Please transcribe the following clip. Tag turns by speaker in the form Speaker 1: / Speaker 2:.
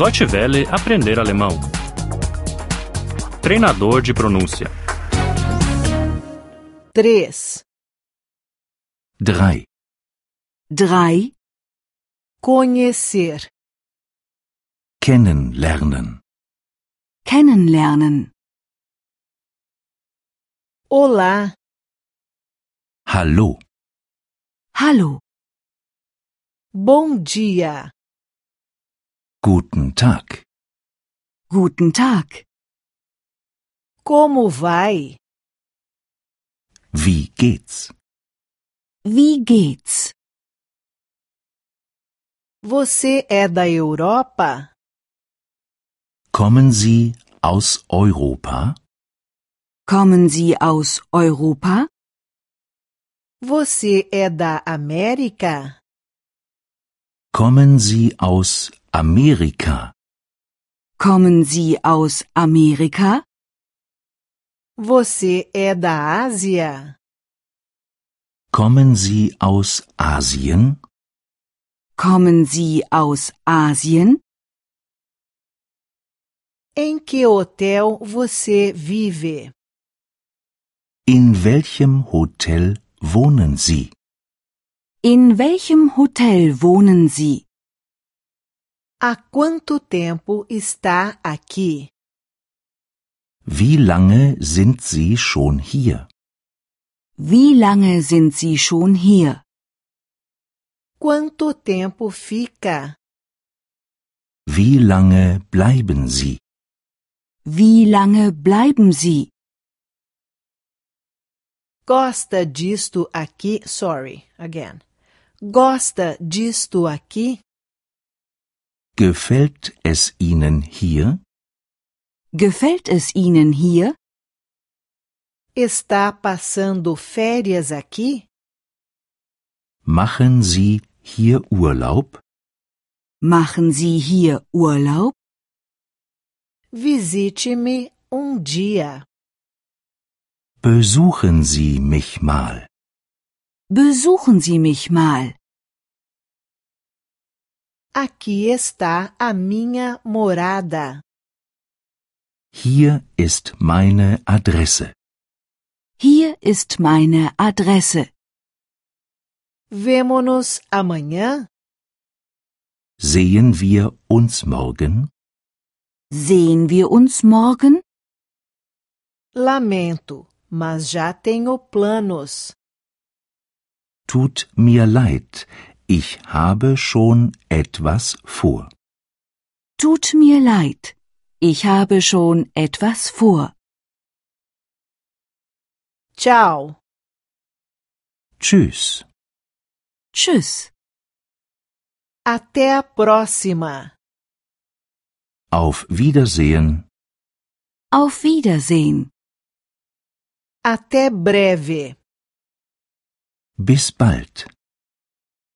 Speaker 1: Deutsche Welle aprender alemão. Treinador de pronúncia.
Speaker 2: 3,
Speaker 3: 3.
Speaker 4: 3.
Speaker 2: conhecer,
Speaker 3: Kennenlernen.
Speaker 4: Kennenlernen.
Speaker 2: olá,
Speaker 3: Hallo.
Speaker 4: Hallo.
Speaker 2: bom dia,
Speaker 3: Guten Tag.
Speaker 4: Guten Tag.
Speaker 2: como vai?
Speaker 3: Wie geht's?
Speaker 4: Wie geht's?
Speaker 2: Você é da Europa?
Speaker 3: Kommen Sie aus Europa?
Speaker 4: Kommen Sie aus Europa?
Speaker 2: Você é da América?
Speaker 3: Kommen Sie aus Amerika?
Speaker 4: Kommen Sie aus Amerika?
Speaker 2: Você é da Ásia?
Speaker 3: Kommen Sie aus Asien?
Speaker 4: Kommen Sie aus Asien?
Speaker 2: Em que hotel você vive?
Speaker 3: In welchem Hotel wohnen Sie?
Speaker 4: In welchem Hotel wohnen Sie?
Speaker 2: Há quanto tempo está aqui?
Speaker 3: Wie lange sind Sie schon hier?
Speaker 4: Wie lange sind Sie schon hier?
Speaker 2: Quanto tempo fica?
Speaker 3: Wie lange bleiben Sie?
Speaker 4: Wie lange bleiben Sie?
Speaker 2: Gosta disto aqui? Sorry, again. Gosta disto aqui?
Speaker 3: Gefällt es Ihnen hier?
Speaker 4: Gefällt es Ihnen hier?
Speaker 2: Está passando férias aqui?
Speaker 3: Machen Sie hier Urlaub?
Speaker 4: Machen Sie hier Urlaub?
Speaker 2: Visite-me um dia.
Speaker 3: Besuchen Sie mich mal.
Speaker 4: Besuchen Sie mich mal.
Speaker 2: Aqui está a minha morada.
Speaker 3: Hier ist meine Adresse.
Speaker 4: Hier ist meine Adresse.
Speaker 2: Vemo-nos amanhã?
Speaker 3: Sehen wir uns morgen?
Speaker 4: Sehen wir uns morgen?
Speaker 2: Lamento, mas já tenho planos.
Speaker 3: Tut mir leid, ich habe schon etwas vor.
Speaker 4: Tut mir leid. Ich habe schon etwas vor.
Speaker 2: Tchau!
Speaker 3: Tschüss.
Speaker 4: Tschüss.
Speaker 2: Até a próxima!
Speaker 3: Auf Wiedersehen.
Speaker 4: Auf Wiedersehen.
Speaker 2: Até breve!
Speaker 3: Bis bald.